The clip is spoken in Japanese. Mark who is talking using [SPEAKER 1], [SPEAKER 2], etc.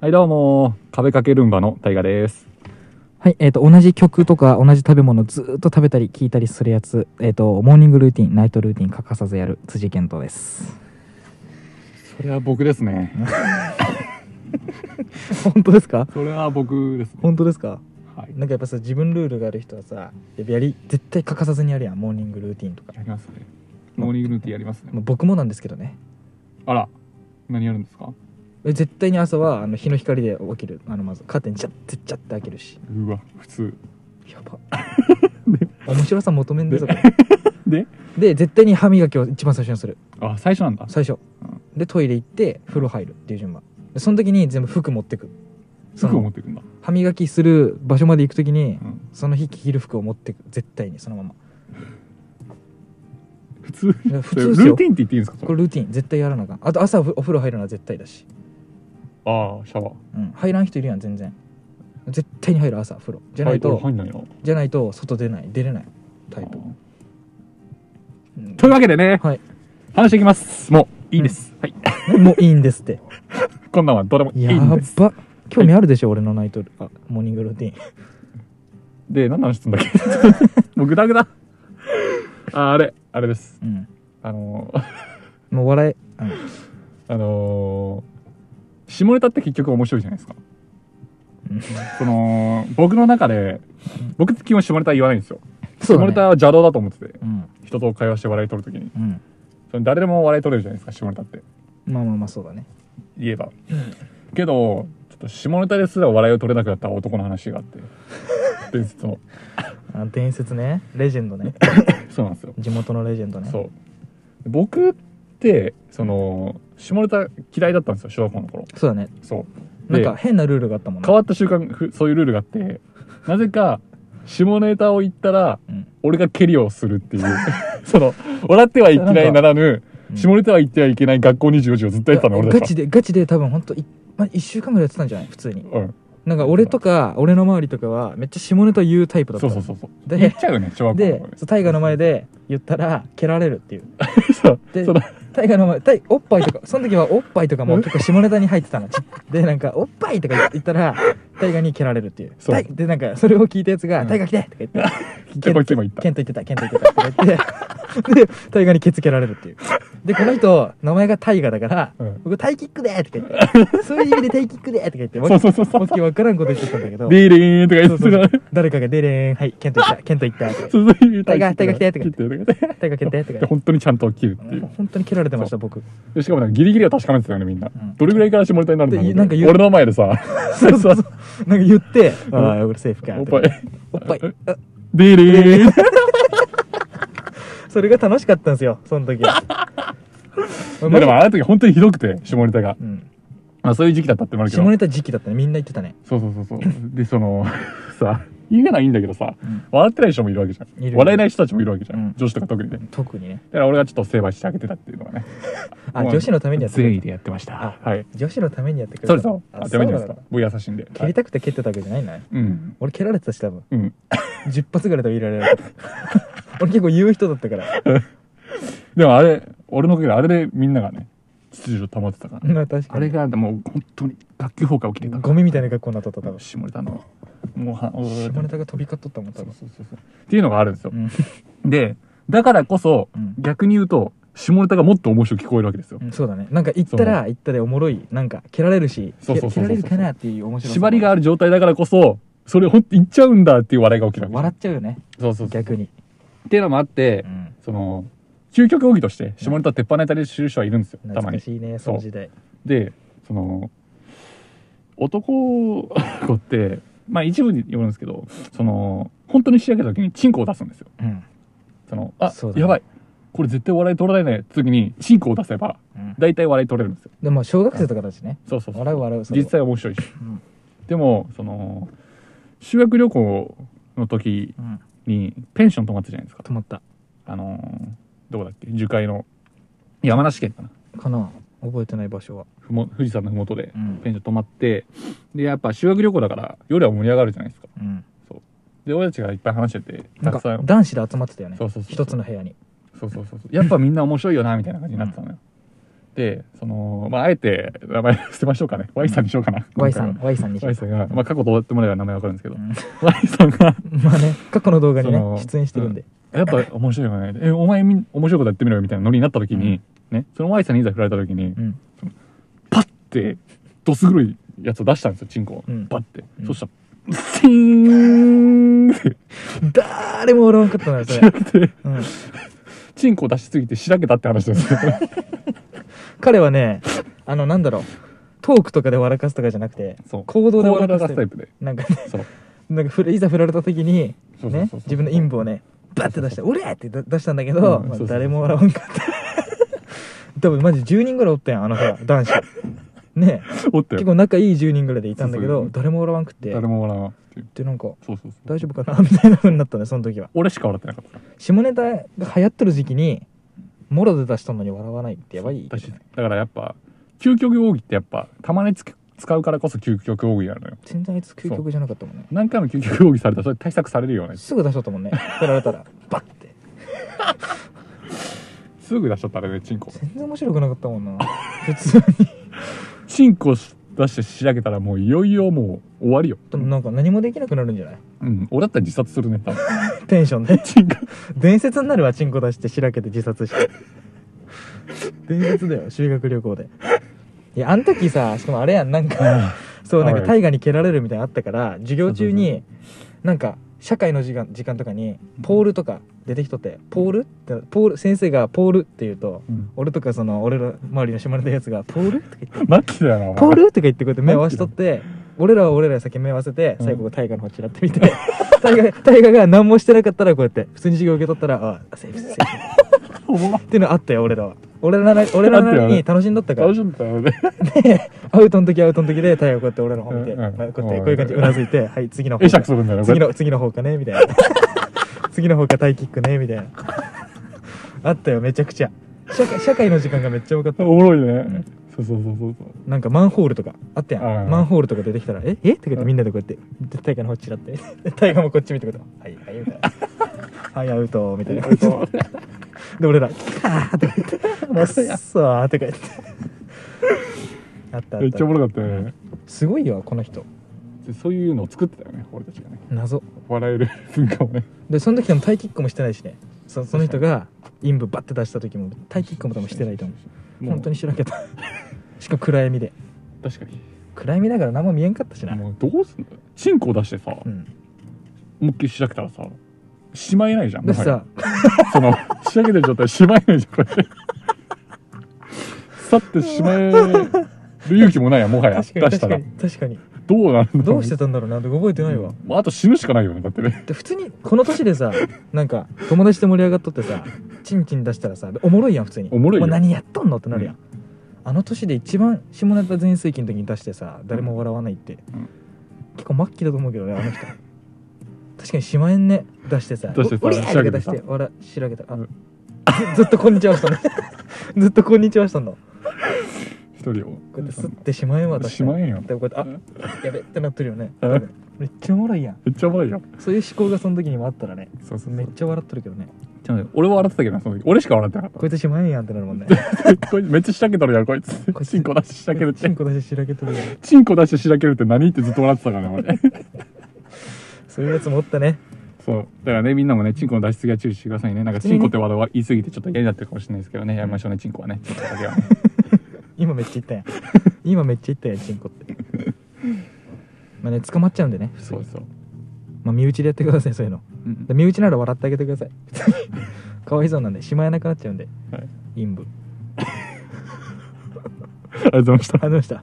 [SPEAKER 1] はい、どうも、壁掛けルンバの大河です。
[SPEAKER 2] はい、えっ、と、同じ曲とか同じ食べ物ずーっと食べたり聞いたりするやつ、えっ、と、モーニングルーティン、ナイトルーティン欠かさずやる辻健人です。
[SPEAKER 1] それは僕ですね。
[SPEAKER 2] 本当ですか
[SPEAKER 1] それは僕ですね。
[SPEAKER 2] 本当ですか
[SPEAKER 1] はい。
[SPEAKER 2] なんかやっぱさ、自分ルールがある人はさ、やっぱやり、絶対欠かさずにやるやん、モーニングルーティンとか。
[SPEAKER 1] やりますね。モーニングルーティンやりますね
[SPEAKER 2] まあ。僕もなんですけどね。
[SPEAKER 1] あら、何やるんですか
[SPEAKER 2] え絶対に朝はあの日の光で起きる。あの、まずカーテンジャッてジャッて開けるし。
[SPEAKER 1] うわ、普通。
[SPEAKER 2] や ば。面白さ求めんで
[SPEAKER 1] で
[SPEAKER 2] そこ。
[SPEAKER 1] で
[SPEAKER 2] で、絶対に歯磨きを一番最初にする。
[SPEAKER 1] あ、最初なんだ。
[SPEAKER 2] 最
[SPEAKER 1] う
[SPEAKER 2] 初、
[SPEAKER 1] ん
[SPEAKER 2] でトイレ行って風呂入るっていう順番でその時に全部服持ってくそ
[SPEAKER 1] 服を持
[SPEAKER 2] の
[SPEAKER 1] ってくんだ。
[SPEAKER 2] 歯磨きする場所まで行く時に、
[SPEAKER 1] うん。
[SPEAKER 2] その日着る服を持ってく絶対にそのまま
[SPEAKER 1] 普通。
[SPEAKER 2] いや普
[SPEAKER 1] それ
[SPEAKER 2] 通
[SPEAKER 1] ル
[SPEAKER 2] です
[SPEAKER 1] ー
[SPEAKER 2] よ
[SPEAKER 1] ティンって言っていいんですかそ
[SPEAKER 2] こ
[SPEAKER 1] れ
[SPEAKER 2] れルーティン絶対やらなあかんあと朝おお風呂入るのは絶対だし、
[SPEAKER 1] ああ、シャワー。
[SPEAKER 2] うん、入らん人いるやん全然絶対に入る朝風呂じゃないと、
[SPEAKER 1] はい俺入んないよ。
[SPEAKER 2] じゃないと外出ない出れないタイプ、
[SPEAKER 1] あ
[SPEAKER 2] うん
[SPEAKER 1] ーというわけでね、
[SPEAKER 2] はい
[SPEAKER 1] 話していきます。もう、いいです。はい。
[SPEAKER 2] もういいんですって
[SPEAKER 1] こんなんはどれもいい
[SPEAKER 2] や
[SPEAKER 1] んです。
[SPEAKER 2] ばっ興味あるでしょ、俺のナイトルあモーニングルーティン
[SPEAKER 1] で、何の話してんだっけ もうグダグダ。あ、あれ、あれです。
[SPEAKER 2] うん
[SPEAKER 1] あのー、
[SPEAKER 2] もう笑え、うん
[SPEAKER 1] あのー、下ネタって結局面白いじゃないですか。
[SPEAKER 2] うん
[SPEAKER 1] その、僕の中で、僕って基本下ネタ言わないんですよ。
[SPEAKER 2] そ
[SPEAKER 1] 下
[SPEAKER 2] うだ
[SPEAKER 1] ネ
[SPEAKER 2] ね
[SPEAKER 1] タは邪道だと思ってて、
[SPEAKER 2] うん
[SPEAKER 1] 人と会話して笑い取るときに。
[SPEAKER 2] うん
[SPEAKER 1] それ誰でも笑い取れるじゃないですか、下ネタって。
[SPEAKER 2] まあまあまあそうだね
[SPEAKER 1] 言えば。けど、ちょっと下ネタですら笑いを取れなくなった男の話が あって。伝説の。
[SPEAKER 2] あ伝説ねレジェンドね
[SPEAKER 1] そうなんですよ。
[SPEAKER 2] 地元のレジェンドね
[SPEAKER 1] そう。僕って、その、下ネタ嫌いだったんですよ、小学校の頃。
[SPEAKER 2] そうだね
[SPEAKER 1] そう。
[SPEAKER 2] な
[SPEAKER 1] で
[SPEAKER 2] んか変なルールがあったもんね
[SPEAKER 1] 変わった習慣ふそういうルールがあってなぜか下ネタを言ったら
[SPEAKER 2] うん
[SPEAKER 1] 俺が蹴りをするっていう その笑ってはいけないならぬ
[SPEAKER 2] うん
[SPEAKER 1] 下ネタは言ってはいけない学校24時をずっとやってたの俺た
[SPEAKER 2] ガチ
[SPEAKER 1] ち
[SPEAKER 2] でガチで多分本当一まあ、1週間ぐらいやってたんじゃない普通に
[SPEAKER 1] は、うん、
[SPEAKER 2] なんか俺とか俺の周りとかはめっちゃ下ネタ言うタイプだっ
[SPEAKER 1] そ
[SPEAKER 2] た
[SPEAKER 1] うそうそうそう
[SPEAKER 2] で
[SPEAKER 1] 言っちゃうよね小学校の
[SPEAKER 2] で
[SPEAKER 1] 頃ね
[SPEAKER 2] そう大河の前で言ったら蹴られるっていう
[SPEAKER 1] そう
[SPEAKER 2] で
[SPEAKER 1] その
[SPEAKER 2] 大河の前大おっぱいとかその時はおっぱいとかも結構下ネタに入ってたのちでなんか「おっぱい」とか言ったら大河に蹴られるっていう
[SPEAKER 1] そう
[SPEAKER 2] 大でなんかそれを聞いたやつが
[SPEAKER 1] うん
[SPEAKER 2] 「大河来て!」とか言って
[SPEAKER 1] 結構今言った
[SPEAKER 2] ケント言ってた、ケント言ってたとか言 って、で、タイガーにケツ蹴られるっていう。で、この人、名前がタイガーだから、
[SPEAKER 1] うん
[SPEAKER 2] 僕タイキックでーとか 言って、そういう意味でタイキックでーとか言って、わ
[SPEAKER 1] そうそう
[SPEAKER 2] け
[SPEAKER 1] そうそう
[SPEAKER 2] わけわからんこと言ってたんだけど、
[SPEAKER 1] デーレーンとか
[SPEAKER 2] そ
[SPEAKER 1] 言
[SPEAKER 2] う
[SPEAKER 1] っ
[SPEAKER 2] そ
[SPEAKER 1] て
[SPEAKER 2] う
[SPEAKER 1] た
[SPEAKER 2] 誰かが出れん、はい、ケント行った、ケント行ったとか言って、
[SPEAKER 1] そうそういう
[SPEAKER 2] タイガータイガー来てとか言
[SPEAKER 1] 言って
[SPEAKER 2] タイガー蹴ってとか
[SPEAKER 1] で
[SPEAKER 2] 言って
[SPEAKER 1] 本当にちゃんと切るってい
[SPEAKER 2] も
[SPEAKER 1] う
[SPEAKER 2] う本当に蹴られてました、僕。
[SPEAKER 1] でしかもなんかギリギリは確かめてたよねみんな、
[SPEAKER 2] ん
[SPEAKER 1] どれぐらいから下ネタになるの
[SPEAKER 2] でなんか言う
[SPEAKER 1] 俺の前でさ
[SPEAKER 2] そうそうそう。なんか言って、ああ、俺セーフか。
[SPEAKER 1] おっぱい。
[SPEAKER 2] おっぱい。あ
[SPEAKER 1] デーレーン
[SPEAKER 2] それが楽しかったんですよ、その時は。
[SPEAKER 1] いや でもあの時本当にひどくて下ネタが、
[SPEAKER 2] うん
[SPEAKER 1] まあ、そういう時期だったってもあるけど
[SPEAKER 2] 下ネタ時期だったね、みんな言ってたね。
[SPEAKER 1] そうそうそうそうでその さ言うならいいんだけどさ、
[SPEAKER 2] ん
[SPEAKER 1] 笑ってない人もいるわけじゃん
[SPEAKER 2] いる
[SPEAKER 1] 笑えない人たちもいるわけじゃん、
[SPEAKER 2] うん
[SPEAKER 1] 女子とか特にねだ
[SPEAKER 2] 特にね。
[SPEAKER 1] から俺がちょっと成敗してあげてたっていうのがね
[SPEAKER 2] あ、
[SPEAKER 1] もう
[SPEAKER 2] 女子のためにやってくれた
[SPEAKER 1] 善意でやってましたはい
[SPEAKER 2] 女子のためにやってくれた
[SPEAKER 1] そうですよあ
[SPEAKER 2] あ
[SPEAKER 1] ダメじゃない
[SPEAKER 2] そ
[SPEAKER 1] です
[SPEAKER 2] うなん
[SPEAKER 1] か
[SPEAKER 2] だ
[SPEAKER 1] 僕優しいんで
[SPEAKER 2] 蹴りたくて蹴ってたわけじゃないんだね
[SPEAKER 1] はいうん
[SPEAKER 2] 俺蹴られてたし多分
[SPEAKER 1] うん
[SPEAKER 2] 10発ぐらい多分入れ られる俺結構言う人だったから
[SPEAKER 1] でもあれ俺のおかげであれでみんながね秩序保ってたから、
[SPEAKER 2] まあ確かに
[SPEAKER 1] あれがもう本当に学級崩壊起きてた
[SPEAKER 2] ゴミみたいな格好になっとった多分
[SPEAKER 1] 下ネタのもうは
[SPEAKER 2] 下ネタが飛び交っとったもん多分
[SPEAKER 1] そうそうそうっていうのがあるんですよ
[SPEAKER 2] う、ん
[SPEAKER 1] で、だからこそ、
[SPEAKER 2] うん
[SPEAKER 1] 逆に言うと、下ネタがもっと面白く聞こえるわけですよ。
[SPEAKER 2] うんそうだねなんか行ったら行ったでおもろいなんか蹴られるし
[SPEAKER 1] そうそう
[SPEAKER 2] 蹴
[SPEAKER 1] そうそう
[SPEAKER 2] 蹴られるかなっていう面白さも
[SPEAKER 1] 縛りがある状態だからこそ、それほんと言っちゃうんだっていう笑いが起きるわけ
[SPEAKER 2] 笑っちゃうよね
[SPEAKER 1] そうそうそう。
[SPEAKER 2] 逆に
[SPEAKER 1] っていうのもあって
[SPEAKER 2] う、ん
[SPEAKER 1] その、究極奥義として、下ネタ鉄板ネタで知る人はいるんですよ、たま
[SPEAKER 2] 懐か
[SPEAKER 1] に。
[SPEAKER 2] しいね
[SPEAKER 1] そ
[SPEAKER 2] そうの時代
[SPEAKER 1] で、その、男子って、まあ一部によるんですけど、その、本当に仕上げた時にチンコを出すんですよ。
[SPEAKER 2] うん
[SPEAKER 1] その、あ、
[SPEAKER 2] そうだね
[SPEAKER 1] やばい。これ絶対笑い取られない時に、チンコを出せば、
[SPEAKER 2] うん
[SPEAKER 1] 大体笑い取れるんですよ。
[SPEAKER 2] でも小学生とかだしね
[SPEAKER 1] そうそうそう。
[SPEAKER 2] 笑う笑うそれ
[SPEAKER 1] 実
[SPEAKER 2] は
[SPEAKER 1] 際面白いし、
[SPEAKER 2] うん
[SPEAKER 1] でもその修学旅行の時
[SPEAKER 2] うん
[SPEAKER 1] にペンション泊まったじゃないですか
[SPEAKER 2] 止まった
[SPEAKER 1] あのーどこだっけ樹海の山梨県かな
[SPEAKER 2] かな覚えてない場所は
[SPEAKER 1] ふも富士山の麓で
[SPEAKER 2] うん
[SPEAKER 1] ペンション泊まってでやっぱ修学旅行だから夜は盛り上がるじゃないですか
[SPEAKER 2] うん
[SPEAKER 1] で俺たちがいっぱい話してて
[SPEAKER 2] な
[SPEAKER 1] た
[SPEAKER 2] ん
[SPEAKER 1] くさ
[SPEAKER 2] か
[SPEAKER 1] ん
[SPEAKER 2] 男子で集まってたよね
[SPEAKER 1] そうそうそう
[SPEAKER 2] 一つの部屋に
[SPEAKER 1] そうそうそうそうやっぱみんな面白いよなみたいな感じになってたのよ、て、その、まあ、あえて名前捨てましょうかね。Y さんにしようかな。
[SPEAKER 2] Y さん
[SPEAKER 1] 今、
[SPEAKER 2] Y さんにし
[SPEAKER 1] 回は。
[SPEAKER 2] よう
[SPEAKER 1] Y さんが、まあ、過去どうやってもらえば名前わかるんですけど
[SPEAKER 2] う、ん
[SPEAKER 1] Y さんが、
[SPEAKER 2] まあね、過去の動画にね
[SPEAKER 1] その、
[SPEAKER 2] 出演してるんで。
[SPEAKER 1] やっぱ面白いよね。え、お前み、面白いことやってみろよみたいなノリになった時に、ね、その Y さんにいざ振られた時に
[SPEAKER 2] う、ん。
[SPEAKER 1] パッて、どす黒いやつを出したんですよ、チンコを。
[SPEAKER 2] うん
[SPEAKER 1] パッて
[SPEAKER 2] う。ん
[SPEAKER 1] そしたら、シーンって、
[SPEAKER 2] 誰も笑わんかったな、 それ。うん
[SPEAKER 1] チンコを出しすぎてしらけたって話ですよ。
[SPEAKER 2] 彼はね、あの、なんだろう、トークとかで笑かすとかじゃなくて、
[SPEAKER 1] そう。
[SPEAKER 2] 行動で
[SPEAKER 1] コーラ
[SPEAKER 2] 笑
[SPEAKER 1] が
[SPEAKER 2] か
[SPEAKER 1] スタ
[SPEAKER 2] すタ
[SPEAKER 1] イ
[SPEAKER 2] イ
[SPEAKER 1] プで。
[SPEAKER 2] プ。なんかね、
[SPEAKER 1] そう。
[SPEAKER 2] なんかふらいざ振られた時に、
[SPEAKER 1] そうそうそう
[SPEAKER 2] ね
[SPEAKER 1] そう、
[SPEAKER 2] 自分の陰部をね、バッて出して、俺ってだ出したんだけ
[SPEAKER 1] う
[SPEAKER 2] ど、
[SPEAKER 1] ん
[SPEAKER 2] まあ
[SPEAKER 1] そうそうそう
[SPEAKER 2] 誰も笑わんかった。 多分マジ10人ぐらいおったやん、あ のさ、男子。ね、
[SPEAKER 1] おった
[SPEAKER 2] 結
[SPEAKER 1] よ。
[SPEAKER 2] 構仲いい10人ぐらいでいたんだ
[SPEAKER 1] そ
[SPEAKER 2] け
[SPEAKER 1] う
[SPEAKER 2] ど、
[SPEAKER 1] そう
[SPEAKER 2] 誰も笑わんくて、
[SPEAKER 1] 誰も笑わんっていう。
[SPEAKER 2] で、なんか、
[SPEAKER 1] そうそうそう。
[SPEAKER 2] 大丈夫かなみたいな風になったね、 その時は。
[SPEAKER 1] 俺しか笑ってなかった。
[SPEAKER 2] 下ネタが流行ってる時期にもろで出したのに笑わないってやばい
[SPEAKER 1] だしだからやっぱ、究極奥義ってやっぱ、たまにつ使うからこそ究極奥義なのよ。
[SPEAKER 2] 全然あいつ究極じゃなかったもんね
[SPEAKER 1] 何回も究極奥義されたら、それ対策されるよね。
[SPEAKER 2] すぐ出しちゃったも んね振られたらバッて
[SPEAKER 1] すぐ出しちゃったらね、チンコ。
[SPEAKER 2] 全然面白くなかったもんな普通 に
[SPEAKER 1] チンコ出してしらけたらもういよいよもう終わりよ。
[SPEAKER 2] でもなんか何もできなくなるんじゃない
[SPEAKER 1] うん。俺だったら自殺するね、多分。
[SPEAKER 2] テンションで
[SPEAKER 1] チンコ。
[SPEAKER 2] 伝説になるわチンコ出してしらけて自殺して 伝説だよ修学旅行でいやあの時さしかもあれやんなんかそうなんか
[SPEAKER 1] はい
[SPEAKER 2] 大河に蹴られるみたいなのあったから授業中
[SPEAKER 1] そう
[SPEAKER 2] になんか社会の時間時間とかにポールとか出てきとって「ポール?」ってポール先生が「ポール」って言うと
[SPEAKER 1] うん
[SPEAKER 2] 俺とかその俺ら周りの島根のやつが「ポール?」とか言って
[SPEAKER 1] マッキーだよなお
[SPEAKER 2] 「
[SPEAKER 1] 前、
[SPEAKER 2] ポール?」とか言ってこうやって目を合わしとって俺らは俺らで先目を合わせて
[SPEAKER 1] うん
[SPEAKER 2] 最後大河の方ちらって見て 大河大河が何もしてなかったらこうやって普通に授業受け取ったら「あセーフセーフ」
[SPEAKER 1] おもろ
[SPEAKER 2] っていうのあったよ俺らは俺 らな俺ら
[SPEAKER 1] あった
[SPEAKER 2] な
[SPEAKER 1] よ
[SPEAKER 2] り
[SPEAKER 1] ね
[SPEAKER 2] に楽しんどったから
[SPEAKER 1] 大丈夫だよね。
[SPEAKER 2] アウトの時はアウトの時で太陽こうやって俺の方見て、
[SPEAKER 1] うんうん
[SPEAKER 2] まあこうやってこういう感じでうなずいて、はい、次の方
[SPEAKER 1] 会釈するんだよね、これ
[SPEAKER 2] 次の、次の方かねみたいな。 次の方かタイキックねみたいな。あったよ、めちゃくちゃ。社会社会の時間がめっちゃ多かった。
[SPEAKER 1] おもろいね。そうそうそうそうそう。
[SPEAKER 2] なんかマンホールとかあったや。
[SPEAKER 1] うんうんん
[SPEAKER 2] マンホールとか出てきたら、ええって言ってみんなでこうやって、大河の方ちらって、 大河もこっち見てくると、はい、はい、みたいな。 はい、アウト、みたいな。で、俺ら、キャーとか 言って、もうっそーとか言って。あったあ
[SPEAKER 1] めっ
[SPEAKER 2] っ
[SPEAKER 1] ちゃ
[SPEAKER 2] た
[SPEAKER 1] お。もろかったよね。
[SPEAKER 2] すごいよ、この人。
[SPEAKER 1] でそういうのを作ってたよね、俺たちがね。
[SPEAKER 2] 謎
[SPEAKER 1] 笑える文化をね。
[SPEAKER 2] でその時でもタイキックもしてないしねそその人が陰部バッて出した時もタイキックも多分してないと思う
[SPEAKER 1] もう
[SPEAKER 2] 本当にしらけた しかも暗闇で
[SPEAKER 1] 確かに。
[SPEAKER 2] 暗闇だから何も見えんかったしな
[SPEAKER 1] もうどうすんのチンコを出してさ、
[SPEAKER 2] うん
[SPEAKER 1] 思いっきりしらけたらさ、しまえないじゃん。
[SPEAKER 2] だしさ
[SPEAKER 1] その、仕上げてる状態しまえないじゃん、これ。去ってしまえる勇気もないやん、もはや。出
[SPEAKER 2] 確かに
[SPEAKER 1] した。
[SPEAKER 2] 確からに確かに
[SPEAKER 1] どうなるんだろ
[SPEAKER 2] どうしてたんだろうなんて覚えてないわ
[SPEAKER 1] もうあと死ぬしかないよね、だってね。
[SPEAKER 2] で普通にこの年でさなんか友達と盛り上がっとってさチンチン出したらさおもろいやん普通に
[SPEAKER 1] おもろいよ
[SPEAKER 2] 前何やっとんのってなるやん、あの年で一番下ネタ全盛期の時に出してさ誰も笑わないって、
[SPEAKER 1] うん
[SPEAKER 2] 結構末期だと思うけどねあの人 確かに島縁ね出してさ
[SPEAKER 1] 出してさ
[SPEAKER 2] おおりゃーとか出
[SPEAKER 1] 仕
[SPEAKER 2] し
[SPEAKER 1] 上げ
[SPEAKER 2] て笑しらげたら、あ
[SPEAKER 1] うん
[SPEAKER 2] ずずっとこんにちはし たのずっとこんにちはしたのこ
[SPEAKER 1] 一人を。
[SPEAKER 2] うやってすってしまえんわ確かに
[SPEAKER 1] しまえんよ
[SPEAKER 2] でこうやってあやべってなってるよね
[SPEAKER 1] うん
[SPEAKER 2] 多分めっちゃおもろいやん
[SPEAKER 1] めっちゃおもろいよ。
[SPEAKER 2] そういう思考がその時にもあったらね
[SPEAKER 1] そうそう
[SPEAKER 2] めっちゃ笑っとるけどね
[SPEAKER 1] 俺は笑ってたけどな、その時。俺しか笑ってなか
[SPEAKER 2] こいつしまえんやんってな るもんね
[SPEAKER 1] った。こいつめっちゃしらけとるやん、こいつ。
[SPEAKER 2] こいつ
[SPEAKER 1] チンコ出してしらけるっ
[SPEAKER 2] チン
[SPEAKER 1] て。
[SPEAKER 2] コ出してしらけとるやん
[SPEAKER 1] チンコ出してしらけるって何ってずっと笑ってたからね、俺。
[SPEAKER 2] そういうやつもおったね
[SPEAKER 1] そう。だからね、みんなもね、チンコの出しすぎは注意してくださいね。なんか、チンコってわざわざ言いすぎてちょっと嫌になってるかもしれないですけどね。やめましょうね、チンコはね。チンコだけはね
[SPEAKER 2] 今めっちゃ言ったやん今めっちゃ言ったやんチンコってまあね捕まっちゃうんでね普通
[SPEAKER 1] そ
[SPEAKER 2] に
[SPEAKER 1] うそう。
[SPEAKER 2] まあ身内でやってくださいそういうの
[SPEAKER 1] うん
[SPEAKER 2] で身内なら笑ってあげてください かわいそうなんでしまえなくなっちゃうんで
[SPEAKER 1] はい
[SPEAKER 2] 陰部
[SPEAKER 1] ありがとうございました。
[SPEAKER 2] あどうした